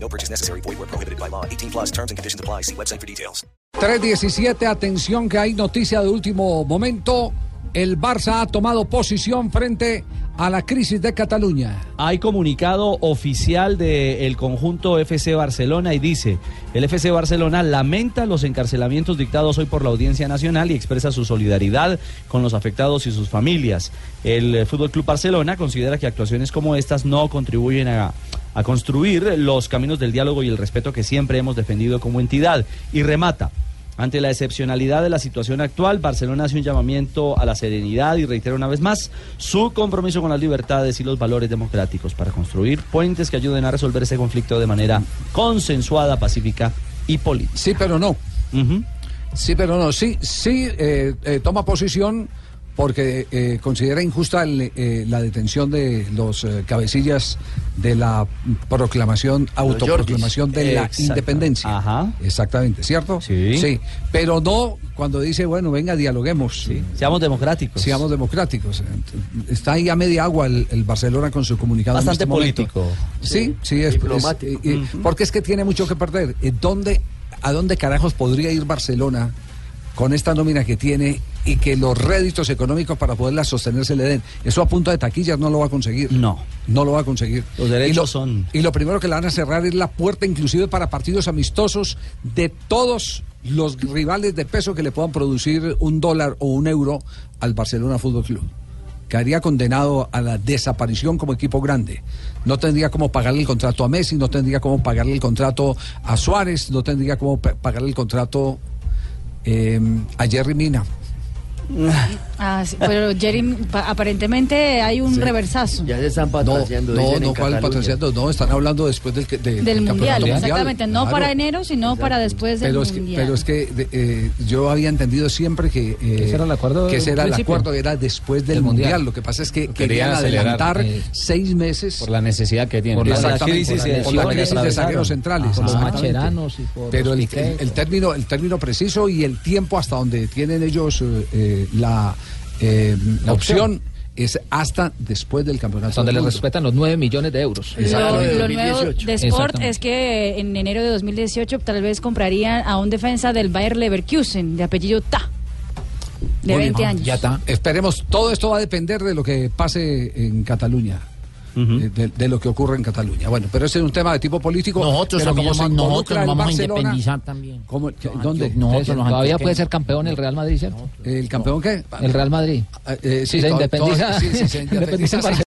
No purchase necessary. Void where prohibited by law. 18 plus terms and conditions apply. See website for details. 3.17, atención que hay noticia de último momento. El Barça ha tomado posición frente a la crisis de Cataluña. Hay comunicado oficial del conjunto FC Barcelona y dice, el FC Barcelona lamenta los encarcelamientos dictados hoy por la Audiencia Nacional y expresa su solidaridad con los afectados y sus familias. El Fútbol Club Barcelona considera que actuaciones como estas no contribuyen a, a construir los caminos del diálogo y el respeto que siempre hemos defendido como entidad y remata ante la excepcionalidad de la situación actual, Barcelona hace un llamamiento a la serenidad y reitera una vez más su compromiso con las libertades y los valores democráticos para construir puentes que ayuden a resolver este conflicto de manera consensuada, pacífica y política. Sí, pero no. Ujú. Sí, pero no. Sí, sí, eh, eh, toma posición porque eh, considera injusta el, eh, la detención de los eh, cabecillas de la proclamación, autoproclamación de la Exactamente. independencia. Ajá. Exactamente, ¿cierto? Sí. Sí, pero no cuando dice, bueno, venga, dialoguemos. Sí. Seamos democráticos. Seamos democráticos. Está ahí a media agua el, el Barcelona con su comunicado. en Bastante este momento. político. Sí, sí, es, Diplomático. es- y- y- Porque es que tiene mucho que perder. Eh, ¿Dónde, ¿A dónde carajos podría ir Barcelona con esta nómina que tiene y que los réditos económicos para poderla sostenerse le den? Eso a punta de taquillas no lo va a conseguir. No. No lo va a conseguir. Los derechos Y lo- son- Y lo primero que le van a cerrar es la puerta, inclusive para partidos amistosos de todos los rivales de peso que le puedan producir un dólar o un euro al Barcelona Fútbol Club. Quedaría condenado a la desaparición como equipo grande. No tendría cómo pagarle el contrato a Messi, no tendría cómo pagarle el contrato a Suárez, no tendría cómo pa- pagarle el contrato eh, a Jerry Mina. Ah, sí, pero Jerry, pa- aparentemente hay un reversazo Ya se están No, patrocinando. dicen no, en no, ¿cuál Cataluña. patrocinando? No, están hablando después del, que- de- del mundial, campeonato exactamente, no Claro. para enero, sino para después del Pero es, que, mundial. pero es que de- eh, yo había entendido siempre que, eh, ese era el acuerdo que ese de un era el principio. acuerdo, era después del Del mundial. Mundial. Lo que pasa es que querían Querían acelerar, adelantar eh, seis meses Por la necesidad que tiene. Por la Exactamente, crisis por la- de por la lesiones crisis de atravesaron. zagueros centrales. Por los exactamente. macheranos y por Pero los el, Piqué. el término, el término preciso y el tiempo hasta donde tienen ellos eh, eh, la, eh, La opción. opción. es hasta después del campeonato. Donde del le mundo. respetan los 9 millones de euros. Lo, Exactamente. lo nuevo 2018. de Sport Exactamente. es que en enero de 2018 tal vez comprarían a un defensa del Bayer Leverkusen de apellido Ta, de Muy bien. 20 años. Ya está. Esperemos, todo esto va a depender de lo que pase en Cataluña. eh, De, de lo que ocurre en Cataluña. Bueno, pero ese es un tema de tipo político. Nosotros pero también como se vamos- nosotros involucra nos el vamos a Barcelona, independizar también. ¿cómo- qué- Los ¿Dónde? antioqueños. Nosotros los Todavía antioqueños. puede ser campeón el Real Madrid, ¿cierto? ¿El campeón qué? El Real Madrid. Ah, eh, sí, Si se todo- todo- independiza. sí, sí, se independiza, Independiza para-